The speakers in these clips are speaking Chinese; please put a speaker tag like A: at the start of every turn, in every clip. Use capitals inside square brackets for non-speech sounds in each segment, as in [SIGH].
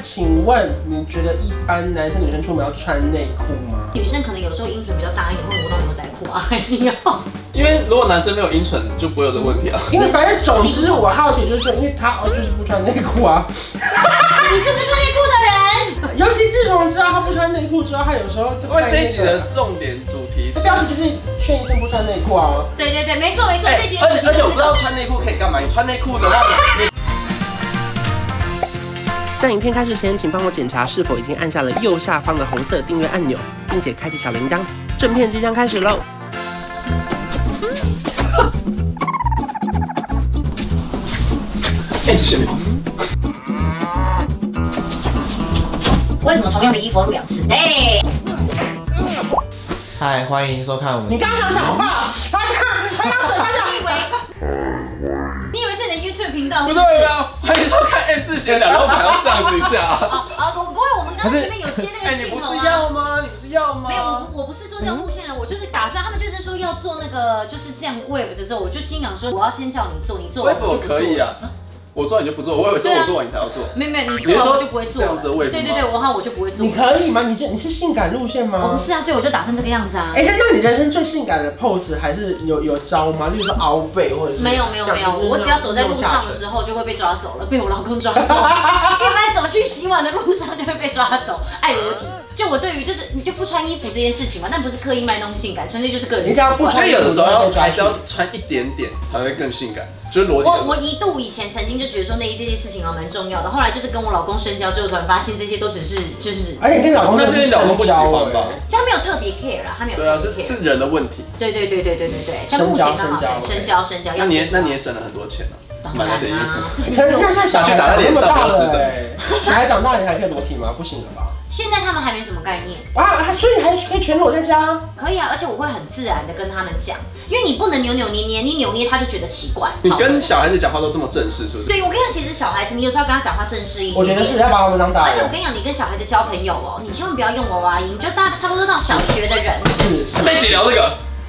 A: 请问你觉得一般男生女生出门要穿内裤吗？
B: 女生可能有时候阴唇比较大一点，会磨到牛仔裤啊， [LAUGHS] 还是要。
C: 因为如果男生没有阴唇，就不会有这个问题 [LAUGHS] 啊。
A: 因为反正总之我好奇就是说，因为他哦就是不穿内裤 [LAUGHS] 啊，
B: 你是不穿内裤的人，
A: 尤其自从知道他不穿内裤之后，他有时候就
C: 因为
A: 会
C: 这一集的重点主题是
A: 这，标题就是劝医生不穿内裤啊。
B: [LAUGHS] 对对对，没错没错，这节
C: 哎而且而且我不知道穿内裤可以干嘛，你穿内裤
B: [LAUGHS]
C: 的话，你
A: 在影片开始前，请帮我检查是否已经按下了右下方的红色订阅按钮，并且开启小铃铛。正片即将开始喽！ [LAUGHS]
C: 哎，什么？
B: 为什么同样的衣服要录两次？哎， [LAUGHS]
D: 嗨，欢迎收看我们
A: 你。刚刚想 [LAUGHS] 讲话，他刚他刚嘴巴讲
B: 你以为你以为 [LAUGHS] 这你的 YouTube 频道
C: 不
B: 是
C: 是
B: 不是？
C: 啊， [LAUGHS] 欢迎收看 M 字闲聊，然后还要这样子一下啊。
B: 哦哦，我不会，我们刚刚前面有切那
C: 哎，
B: 个
C: 你
B: 镜
C: 不
B: 头
C: 是
B: 啊。
C: 要吗？你不是要吗？
B: 没有，我不我不是做这个路线的，我就是打算他们就是说要做那个就是这样 wave 的时候，我就心想说我要先叫你做，你做完
C: wave
B: 就
C: 我
B: 不
C: 可以
B: 做了。
C: 啊，我做你就不做，我有时候
B: 对啊
C: 我做完你才要做。
B: 没有没有，你
C: 你
B: 做
C: 是
B: 完
C: 说
B: 我就不会做
C: 这样
B: 了。
C: 子的 wave 吗
B: 对对对，我好我就不会做
A: 你
B: 了。
A: 可以吗？你这你是性感路线吗？
B: 我不。是啊，所以我就打算这个样子啊。
A: 哎、那你人生最性感的 pose 还是有有招吗？例如说凹背或者是
B: 没有没有没有，我只要走在路上的时候就会被抓走了，被我老公
C: [LAUGHS]
B: 抓走。一般走去洗碗的路上就会被抓走，爱裸体。就我对于就是你就不穿衣服这件事情嘛，但不是刻意卖弄性感，纯粹就是个人习
A: 人家不
C: 我觉
B: 惯。
C: 得有的时候要还是要穿一点点才会更性感，就是裸体
B: 我
C: 的
B: 我
C: 部分。
B: 一度以前曾经就觉得说内衣这件事情啊蛮重要的，后来就是跟我老公深交之后，突然发现这些都只是就是
A: 而且跟老公
C: 那
A: 都
C: 是因
A: 是
C: 为你老公不喜
A: 深交
C: 欢吧
A: 哎？
B: 就他没有特别 care 啦，他没有
C: 对啊，
B: 特
C: 是
B: 别 care。
C: 是人的问题。
B: 对对对对对对对，但
A: 深
B: 目
A: 交
B: 前刚
A: 深
B: 好
A: 交
B: 对深交深交，要
C: 那你也
B: 深交
C: 那你也省了很多钱啊，
B: 当
C: 买
B: 然
C: 那件衣服。
B: 啦。
A: 可是 [LAUGHS] 那现在小孩长那么大了、哎，小孩长大你还可以裸体吗？不行了吧？
B: 现在他们还没什么概念。
A: 啊，所以你还可以全裸在家？
B: 可以啊，而且我会很自然的跟他们讲，因为你不能扭扭捏捏，你扭捏他就觉得奇怪。
C: 你
B: 好
C: 跟小孩子讲话都这么正式，是不是？
B: 对我跟你讲，其实小孩子你有时候要跟他讲话正式一点，
A: 我觉得是。要把我们当大
B: 而且我
A: 人。
B: 跟你讲，你跟小孩子交朋友哦，你千万不要用娃娃音，你就大差不多到小学的人
A: 是
C: 这一集聊这个，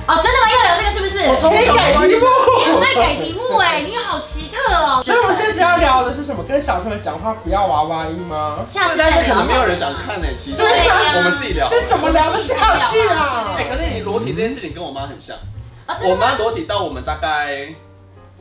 B: 哦，真的吗？要聊这个是不是？
A: 可以改哎题目。
B: 你很会改题目哎，你好奇特哦。
A: 所以我们这次要聊的是什么？跟小朋友讲话不要娃娃音吗？
B: 下次
C: 这但
B: 再
C: 是可
B: 聊。
C: 能没有人想看呢，其实
A: 对啊
C: 我们自己聊。
A: 这怎么聊得下去啊？
C: 哎，可是你裸体这件事情跟我妈很像，
B: 啊，真
C: 我
B: 的吗？
C: 妈裸体到我们大概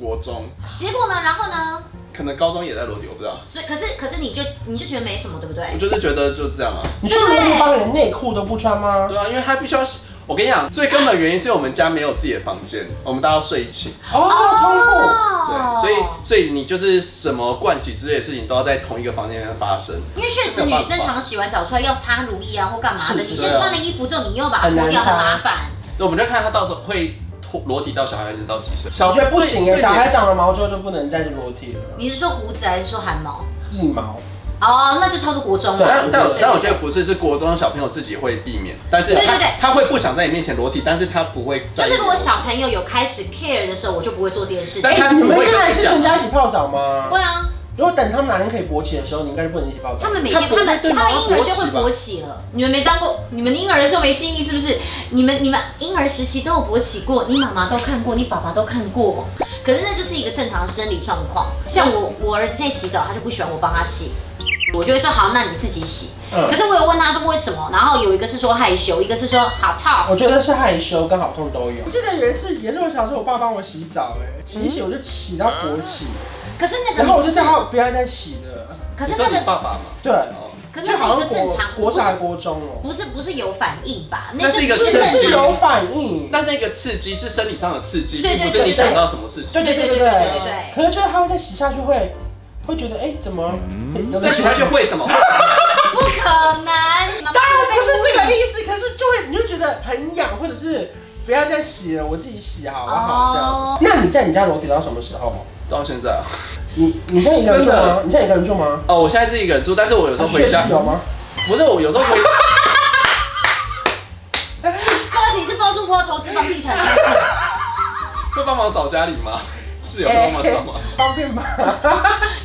C: 国中，
B: 结果呢？然后呢？
C: 可能高中也在裸体，我不知道。
B: 所以可是可是你就你就觉得没什么，对不对
C: 我？就是觉得就这样啊。
A: 你说你可以把你的内裤都不穿吗？
C: 对啊，因为她必须要洗。我跟你讲，最根本原因是因为我们家没有自己的房间，我们大家要睡一起。
A: 哦，通裤。
C: 对，所以所以你就是什么盥洗之类的事情都要在同一个房间里面发生。
B: 因为确实女生常洗完澡出来要擦乳液啊或干嘛
A: 是
B: 的，你先
C: 对啊
B: 穿了衣服之后，你又把它脱掉，很麻烦。
C: 那我们就看她到时候会脱裸体到小孩子到几岁。
A: 我觉得不行哎，
C: 对
A: 小孩长了毛之后就不能再裸体了，
B: 你是说胡子还是说汗毛？
A: 一毛。
B: 哦，那就超过国中
A: 对
B: 了。
C: 但但我
B: 对
C: 但我觉得不是，是国中小朋友自己会避免，但是他
B: 对对对
C: 他会不想在你面前裸体，但是他不会
B: 就
C: 在意
B: 是如果
C: 裸体
B: 小朋友有开始 care 的时候，我就不会做这件事
C: 但
B: 情。
C: 他
A: 哎，你们现在还
C: 不会
A: 是
C: 讲
A: 跟人家一起泡澡吗？
B: 会啊，
A: 如果等他们哪天可以勃起的时候，你应该就不能一起泡澡
B: 他。们每天
C: 他
B: 他
C: 不会
B: 们
C: 对
B: 他们
C: 毛
B: 婴儿就会
C: 勃
B: 勃起了。你们没当过，你们婴儿的时候没记忆是不是？你们你们婴儿时期都有勃起过，你妈妈都看过，你爸爸都看过。可是那就是一个正常的生理状况。像我我儿子现在洗澡，他就不喜欢我帮他洗，我就会说好，那你自己洗。
A: 嗯
B: 可是我有问他说为什么，然后有一个是说害羞，一个是说好烫。
A: 我觉得是害羞跟好痛都有。我记得有一次，也是我小时候，我爸帮我洗澡，哎，洗一洗我就洗到勃起，
B: 可是那个
A: 然后我就
B: 不是
A: 叫，他不要再洗了。
B: 可是
C: 你
B: 那
C: 说你
B: 个
C: 爸爸嘛，
A: 对，
C: 哦，
B: 可是
A: 就
B: 那
A: 是好
B: 一
A: 像
B: 个正
A: 国
B: 常，
A: 国
B: 不
A: 小还
B: 是
A: 国中哦，
B: 不是不是有反应吧？
C: 那是一个
B: 就是正
A: 是
B: 常
A: 是有反应。
C: 那是一个刺激，是生理上的刺激，
B: 对
C: 并
B: 对
C: 不是你
B: 对
C: 想到什么事情。
A: 对对对对
B: 对对对
A: 对
B: 对对。
A: 可是就是他会再洗下去会，会觉得哎怎么？有
C: 再
A: 的
C: 嗯洗
A: 洗
C: 下
A: 下
C: 去
A: 去。
C: 会什 [LAUGHS] 么？
B: 不可能，妈妈
A: 当然
B: 会
A: 不
B: 被
A: 是这个意思，可是就会你就觉得很痒，或者是不要再洗了，我自己洗好了好这样
B: 哦。
A: 那你在你家裸体到什么时候？
C: 到现在啊
A: 你你现在一个人住
C: 真
A: 吗
C: 的？
A: 你现在一个人住吗？
C: 哦，我现在是一个人住，但是我有时候回家
A: 确实，有吗？
C: 不是我有时候回，
B: [LAUGHS] 不好意思，你是包租婆投资房地产是不是
C: [LAUGHS]
B: 哎
C: 会帮忙扫家里吗？是有帮忙扫吗？
A: 方便吗？
B: 还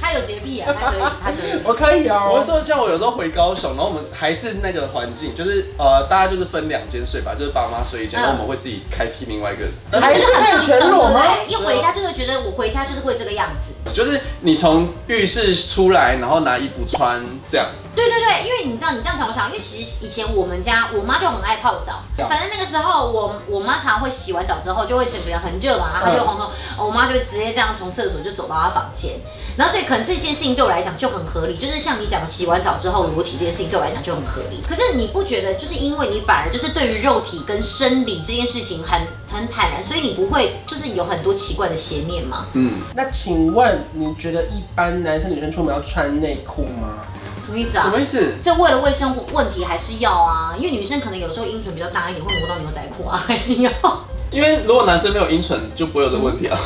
B: 他有洁癖啊，他可以，他可以。
A: [LAUGHS] 我可以啊，
C: 我说像我有时候回高雄，然后我们还是那个环境，就是呃，大家就是分两间睡吧，就是爸妈睡一间，
B: 嗯
C: 然后我们会自己开辟另外一个。
A: 还是变全裸吗？
B: 一回家就会觉得我回家就是会这个样子。
C: 就是你从浴室出来，然后拿衣服穿这样。
B: 对对对，因为你知道你这样讲，我想，因为其实以前我们家我妈就很爱泡澡，反正那个时候我我妈常会洗完澡之后就会整个人很热嘛，她就红头，哦我妈就会直接这样从厕所就走到她房间，然后所以可能这件事情对我来讲就很合理，就是像你讲洗完澡之后裸体这件事情对我来讲就很合理。可是你不觉得就是因为你反而就是对于肉体跟生理这件事情很很坦然，所以你不会就是有很多奇怪的邪念吗？
C: 嗯，
A: 那请问你觉得一般男生女生出门要穿内裤吗？
B: 什么意思啊？
C: 什么意思？
B: 这为了卫生问题还是要啊，因为女生可能有时候阴唇比较大一点，会磨到牛仔裤啊，还是要。 [LAUGHS]
C: 因为如果男生没有阴唇，就不会有这个问题啊。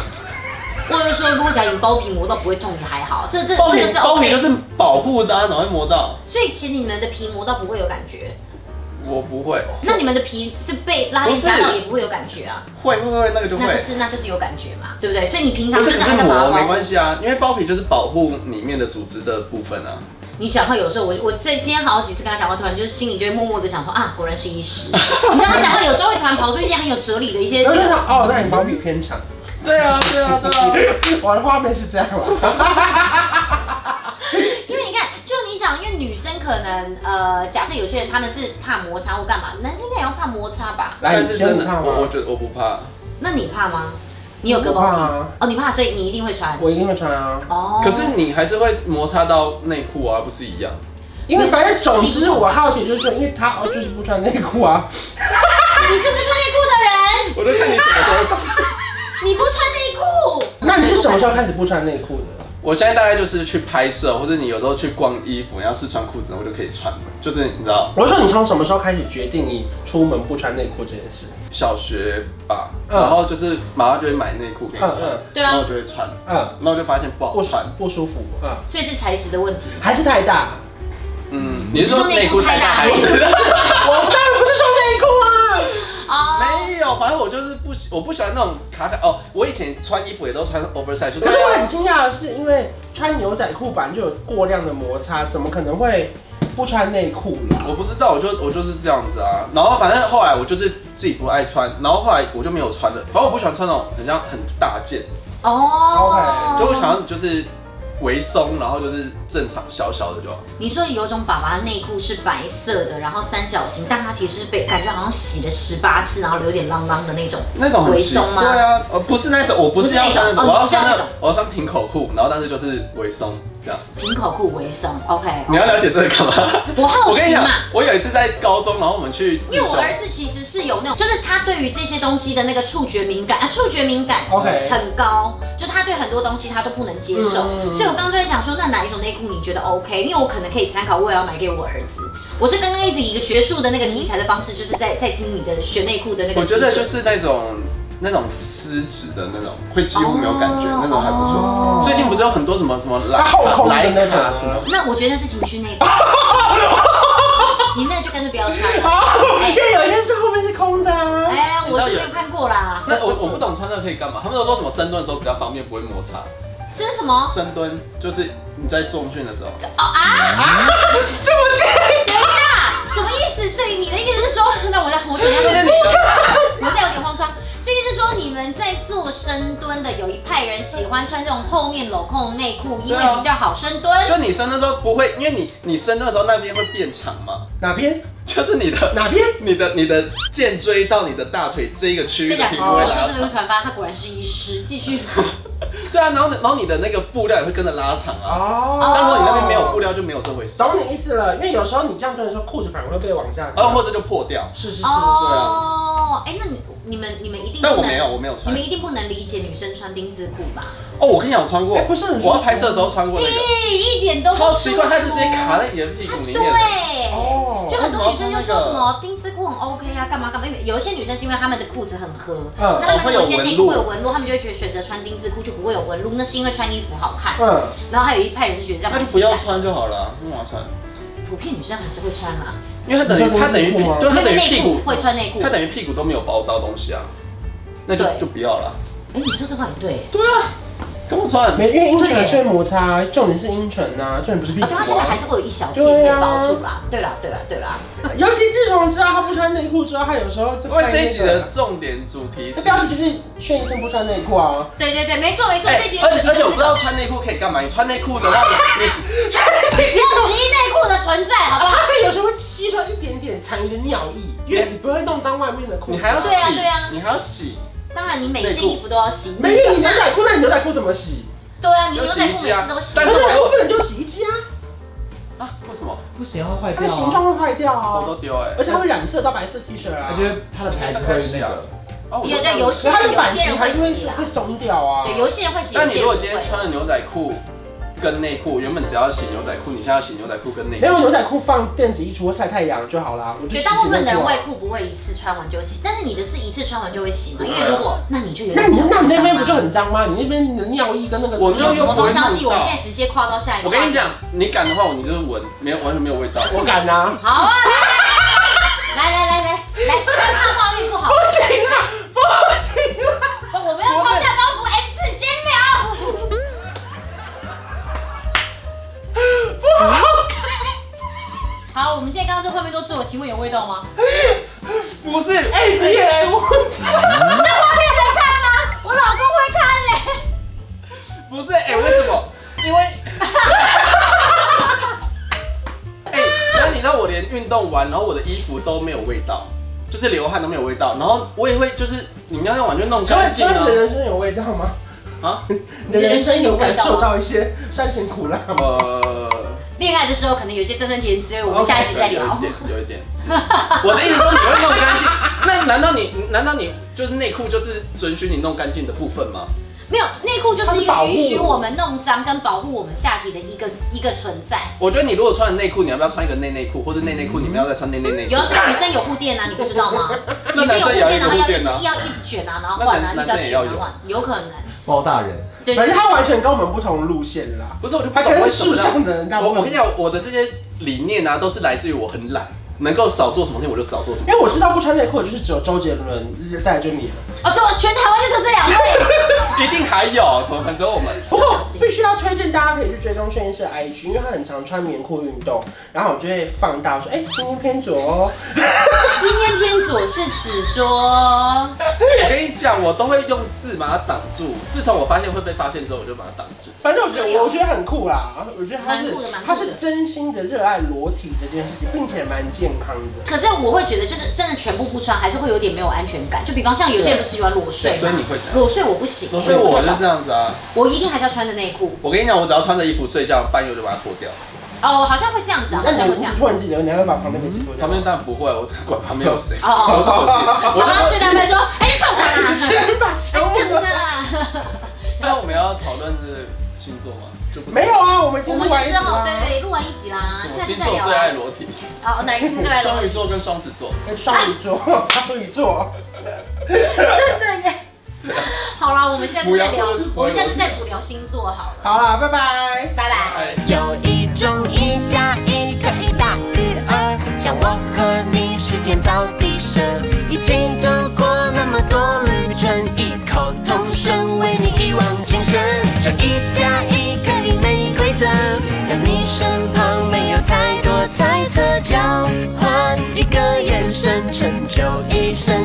B: 或者说，如果假如你包皮磨到不会痛也还好，这这
C: 包
B: 这
C: 皮
B: 个是
C: 包皮
B: OK。
C: 就是保护的、啊，哪会磨到？
B: 所以其实你们的皮磨到不会有感觉，
C: 我不会，
B: 那你们的皮就被拉
C: [LAUGHS] 不
B: 链
C: 是
B: 夹到也不会有感觉啊，
C: 会会会，那个就
B: 那
C: 会
B: 就。是那就是有感觉嘛，对不对？所以你平常
C: 不，
B: 就是是
C: 可
B: 还
C: 是
B: 在把它
C: 磨没
B: 包
C: 关系啊，因为包皮就是保护里面的组织的部分啊。
B: 你讲话有时候，我我这今天好几次跟他讲话，突然就是心里就会默默的想说啊，果然是医
C: [LAUGHS]
B: 师。你知道他讲话有时候会突然跑出一些很有哲理的一些
A: 然
B: 那
A: 后就想
B: 个。
A: 哦，那你包皮偏长， [LAUGHS]
C: 对啊，对啊，对啊。
A: 我的画面是这样吧？
B: 因为你看，就你讲，因为女生可能呃，假设有些人他们是怕摩擦或干嘛，男生应该也要怕摩擦吧？
A: 来，
C: [LAUGHS] 但
A: 你
C: 是
A: 先
C: 真
A: 不
C: 的，
A: 看
C: 我我
A: 吗？
C: 觉得我不怕。
B: 那你怕吗？你有割包
A: 我
B: 皮
A: 不怕啊
B: 哦，你怕，所以你一定会穿
A: 我一定会穿啊，
B: 哦。
C: 可是你还是会摩擦到内裤啊，不是一样？
A: 因为反正总之我好奇就是说，因为他哦就是不穿内裤啊，
B: 你是不穿内裤的人，
C: 我就看你什么时候发现。
B: 你不穿内裤，
A: 那你是什么时候开始不穿内裤的？
C: 我现在大概就是去拍摄，或者你有时候去逛衣服，你要试穿裤子，我就可以穿了。就是你知道，
A: 我是说你从什么时候开始决定你出门不穿内裤这件事？
C: 小学吧，
A: 嗯
C: 然后就是马上就会买内裤给你穿
A: 嗯嗯，
B: 对啊
C: 然后我就会穿，
A: 嗯，
C: 然后我就发现不好
A: 不
C: 穿
A: 穿。不舒服，嗯，
B: 所以是材质的问题。
A: 还是太大。
C: 嗯，你是说内裤太大还
B: 你是
C: 是？
A: 我当然不是说内裤啊。
B: 哦，
C: 没有，反正我就是不喜，我不喜欢那种卡卡哦。我以前穿衣服也都穿 oversize，就
A: 可是我很惊讶的是，因为穿牛仔裤本来就有过量的摩擦，怎么可能会不穿内裤啦？
C: 我不知道，我就我就是这样子啊。然后反正后来我就是自己不爱穿，然后后来我就没有穿了。反正我不喜欢穿那种很像很大件，
B: 哦，
C: 就我想要就是微松，然后就是正常小小的就好。
B: 你说有种爸爸内裤是白色的，然后三角形，但它其实是被感觉好像洗了十八次，然后有点浪浪的那种。
C: 那种很奇
B: 微松吗
C: 对啊，呃，不是那种，我不是要穿那
B: 不
C: 种，
B: 是那种
C: 我
B: 哦你
C: 要穿那
B: 不是要那
C: 种
B: 种，
C: 我要穿平口裤，然后但是就是微松这样。
B: 平口裤微松，OK，
C: 你要了解这个干嘛？
B: 我好
C: [LAUGHS] 我跟你
B: 奇
C: 讲
B: 嘛，，
C: 我有一次在高中，然后我们去自
B: 哦因为我
C: 修，
B: 儿子其实是有那种，就是他对于这些东西的那个触觉敏感啊，触觉敏感
A: OK
B: 很高，就他对很多东西他都不能接受，
A: 嗯
B: 所以我刚刚就在想说，那哪一种内裤你觉得 OK？因为我可能可以参考，我也要买给我儿子。我是刚刚一直以一个学术的那个题材的方式，就是在在听你的学内裤的那个。
C: 我觉得就是那种那种丝质的那种，会几乎没有感觉，
B: 哦
C: 那种还不错。
B: 哦
C: 最近不是有很多什么什么
A: 啊后空的
C: 莱
A: 那种
C: 卡什么？
B: 那我觉得那是情趣
C: [LAUGHS]
B: 内裤，你那个就干脆不要穿了。哎
A: 因为有些是后面是空的啊。
B: 哎，我是没有看过啦，
C: 那我我不懂穿那个可以干嘛？他们都说什么深蹲的时候比较方便，不会摩擦。
B: 是什么？
C: 深蹲就是你在重训的时候，
B: 哦啊啊！ [LAUGHS] 这么近？等一下，什么意思？所以你的意思是说，那我要我怎样？
C: 就是你
B: 我
C: 的
B: 现在有点慌张。所以是说，你们在做深蹲的有一派人喜欢穿这种后面镂空的内裤，因
C: 对
B: 为
C: 啊
B: 比较好深蹲。
C: 就你深蹲的时候不会，因为你你深蹲的时候那边会变长嘛，
A: 哪边？
C: 就是你的
A: 哪边？
C: 你的你的肩椎到你的大腿这一个啊区域
B: 再
C: 的
B: 讲一
C: 皮
B: 次，
C: 肤会
B: 我
C: 拉
B: 说这个
C: 长
B: 是。团发，他果然是医师。继
C: [LAUGHS]
B: 续，
C: 对啊，然后呢然后你的那个布料也会跟着拉长啊。
A: 哦，
C: 但如果你那边没有布料就没有这回事，
A: 懂你意思了。因为有时候你这样蹲的时候，裤子反而会被往下。
C: 然后哦或者就破掉。
A: 是是是是
C: 啊
A: 是。
B: 哦，哎，那你你们你们一定
C: 但
B: 不
C: 我没有，
B: 能，
C: 我没有
B: 你
C: 穿。
B: 们一定不能理解女生穿丁字裤吧？
C: 哦，我跟你讲，我穿过
A: 哎，，不是很舒服
C: 我要拍摄的时候穿过那个，
B: 咦，一点都不
C: 超奇怪，它是直接
B: 舒服
C: 卡在你的屁股里面。
B: 对，
A: 哦
B: 就很多女生就说什么丁字裤很 OK 啊，干嘛干嘛？因为有一些女生是因为她们的裤子很合，
A: 嗯
B: 那她们有一些内裤
C: 呃会
B: 会有
C: 有
B: 纹路，她们就会觉得选择穿丁字裤就不会有纹路，那是因为穿衣服好看。
A: 嗯，
B: 然后还有一派人是觉得这样
C: 那就
B: 很
C: 不
B: 性
C: 要
B: 感，
C: 穿就好了啊，干嘛穿？
B: 普遍女生还是会穿啊啦，
C: 因为它等于
A: 你穿
C: 它等于
A: 内裤
C: 屁
A: 吗
C: 对，它
B: 因
C: 等
B: 为
C: 于
B: 内
C: 屁
B: 裤
C: 股，
B: 会穿内裤。
C: 它
B: 哎，
C: 等于屁股都没有包到东西啊，那就
B: 对
C: 就不要了。
B: 你说这话也对，
C: 对啊，跟我穿，
A: 没，因为阴唇还
B: 对
A: 是会摩擦，重点是阴唇呐，重点不是屁
B: 啊，
A: 股、
B: 对，他现在还是会有一小片可
A: 对
B: 以
A: 啊
B: 包住啦。对啦，对啦，对啦。
A: 尤其自从知道他不穿内裤之后，他有时候就
C: 因为
A: 戴
C: 这一
A: 那
C: 集
A: 个。
C: 的重点主题是
A: 这。标题就是炫医生不穿内裤啊！
B: 对对对，没错没错，
C: 哎
B: 这集
C: 而且而且我不 [LAUGHS] 知道穿内裤可以干嘛，你穿内裤的话，你
B: 要质疑内裤的存在，好不好？
A: 他可以有时候会吸收一点点残余的尿液，因为你不会弄脏外面的裤子。
C: 你还要洗
B: 对啊对啊，
C: 你还要洗，
B: 当然，你每一件衣服都要洗。
A: 没有你牛仔裤，那你牛仔裤怎么洗？
B: 对啊，你
C: 有
B: 牛
C: 洗
B: 仔
C: 衣
B: 裤
C: 机
B: 每
C: 啊
B: 次都洗
C: 但。
A: 牛
C: 是
A: 仔裤
C: 我
A: 不能就洗衣机啊，
C: 啊？为什么？
D: 不行，它会坏
A: 它
D: 掉
A: 的形状
D: 啊。
A: 会坏掉
C: 我
A: 啊
C: 都，丢哎
A: 而。且它会染色到白色 T 恤啊
D: 它，就是它的材质会那个。
C: 哦我
B: 也对，有些
A: 然后它
B: 人
A: 的
B: 有
A: 版
B: 些
A: 型
B: 人
A: 还
B: 会
A: 是
B: 洗
A: 会
B: 啦
A: 会，松掉啊。
B: 对，有些人会洗，有
C: 但
B: 些
C: 你
B: 人
C: 如
B: 不
C: 果今天穿
B: 会。
C: 了牛仔裤跟内裤，原本只要洗牛仔裤，你现在要洗牛仔裤跟内
A: 没有
C: 裤
A: 牛，仔裤放电子衣橱或晒太阳就好啦。我就
B: 对，
A: 洗
B: 大部分的
A: 内
B: 人
A: 裤啊
B: 外裤不会一次穿完就洗，但是你的是一次穿完就会洗嘛，因
C: 对啊
B: 为如果那你就有
A: 那
B: 点
A: 你
B: 像
A: 那你那边不就
B: 脏吗
A: 很脏吗？你那边的尿液跟那个
C: 我
B: 你有什么芳香剂？
C: 我
B: 我们
C: 又不会
B: 现在直接跨到下一个。
C: 我跟你，讲，你敢的话，我你就是闻，没有完全没有味道。
A: 我敢啊！
B: 好啊，来来来来来来，来看画面不好，
A: 不行啦，不行啊啦！
B: 我们要放下包袱，M 字先聊。
A: 不好，
B: 好，我们现在刚刚这画面都只有，请问有味道 [LAUGHS] 吗？
C: 不是，
A: 哎，你也来问，
B: 这画面能看吗？我老公会看嘞、
C: 不是，哎，为什么？
B: [LAUGHS]
C: 因为，哎，然后你知道我连运动完，然后我的衣服都没有味道，就是流汗都没有味道，然后我也会就是你们要用完全弄
A: 请
C: 干
A: 问请
C: 净
A: 问
C: 啊
A: 你
B: [LAUGHS]
A: 的。人生有味道吗？
C: 啊，
A: [LAUGHS] 你的人生有感受到一些酸甜苦辣吗？
C: 呃，
B: 恋爱的时候可能有些酸酸甜甜，我们下一集再
C: 有
B: 聊
C: 一。点，有
B: [LAUGHS]
C: 一点。我的意思说你会弄干净，那难道你难道你就是内裤就是准许你弄干净的部分吗？
B: 没有，内裤就是一
A: 它是保
B: 个
A: 护
B: 允许我们弄脏跟保护我们下体的一个一个存在。
C: 我觉得你如果穿了内裤，你要不要穿一个内内裤，或者内内裤你们要再穿内内内裤
B: 有？的时候女生有护垫啊，你不知道吗？
C: [LAUGHS] 那
B: 女
C: 男
B: 生有
C: 生
B: 护
C: 也要
B: 垫，然后要一
C: 有垫
B: 直
C: 呢？
B: 要一直卷啊，然后换啊，
C: 那男
B: 一直要卷
C: 男生也要
B: 啊
C: 有
B: 换，有可能。
D: 包大人，
B: 对
A: 反
B: 对
A: 正
B: 对。
A: 他完全跟我们不同路线啦。
C: 不是，我就不
A: 他
C: 懂
A: 跟
C: 为什
A: 树
C: 么这样
A: 上的人大部
C: 我我
A: 分
C: 跟你，讲，我的这些理念啊，都是来自于我很懒，能够少做什么事情我就少做什么
A: 因。为我知道不穿内裤的就是只有周杰伦，再来就你了。
B: 哦，对，全台湾就只有这哎两位。
C: 一定还有，怎么可能只有我们？
A: 不过必须要推荐大家可以去追踪炫医师的 IG，因为他很常穿棉裤运动，然后我就会放大说，哎、今天偏左哦，
B: 今天偏左是指说，
C: 我跟你讲，我都会用字把它挡住。自从我发现会被发现之后，我就把它挡住。
A: 反正我觉得我我觉得很酷啦，我觉得他
B: 蛮
A: 是
B: 酷的蛮酷的
A: 他是真心的热爱裸体这件事情，并且蛮健康的。
B: 可是我会觉得就是真的全部不穿，还是会有点没有安全感。就比方像有些人不是喜欢裸睡
C: 所以
B: 吗
C: 你？会这样。
B: 裸睡我不行，
C: 所以我就这样子啊，
B: 我一定还是要穿着内裤。
C: 我跟你讲，我只要穿着衣服睡觉，半夜我就把它脱掉。
B: 哦，好像会这样子啊，好
A: 那
B: 像
A: 你不
B: 会这样
A: 是。问自己的，你还会把旁边的衣服脱掉吗
C: 旁边当然不会，我只管旁边有谁。
B: 哦哦哦，我
C: 我
B: 刚
C: 就
B: 睡两分说，哎，你臭啥
C: [LAUGHS]
B: 啦？
A: 全把
B: [LAUGHS]
A: 全
B: 哎，这
A: 部
B: 样
A: 都
B: 子啊。
C: 那我们要讨论是星座吗？就不
A: 没有。啊，我们已经
B: 我们
A: 录
B: 就
A: 完一
B: 之
A: 集
B: 后
A: 了
B: 对对录完一集啦
C: 什，么
B: 下次
C: 星
B: 再
C: 座
B: 聊
C: 最爱
B: 啊。
C: 裸体？
B: 哦，哪个星座
C: [LAUGHS]
B: 爱裸
C: 双
B: 体？
C: 鱼座跟双子座。
A: 哎 [LAUGHS] 双鱼座，双鱼座， [LAUGHS]
B: 真的
C: [LAUGHS]
B: 耶。好啦，我们下次再聊
C: 母羊座就是，不
B: 我
C: 会
B: 们下次
C: 裸体
B: 再补聊星座好了，
A: 好啦，拜拜。
B: 拜拜。
C: 哎
E: 有一种一加一可以大于二，像我和你是天造地设，一起走过那么多旅程，异口同声为你一往情深。这一加一可以没规则，在你身旁没有太多猜测，交换一个眼神，成就一生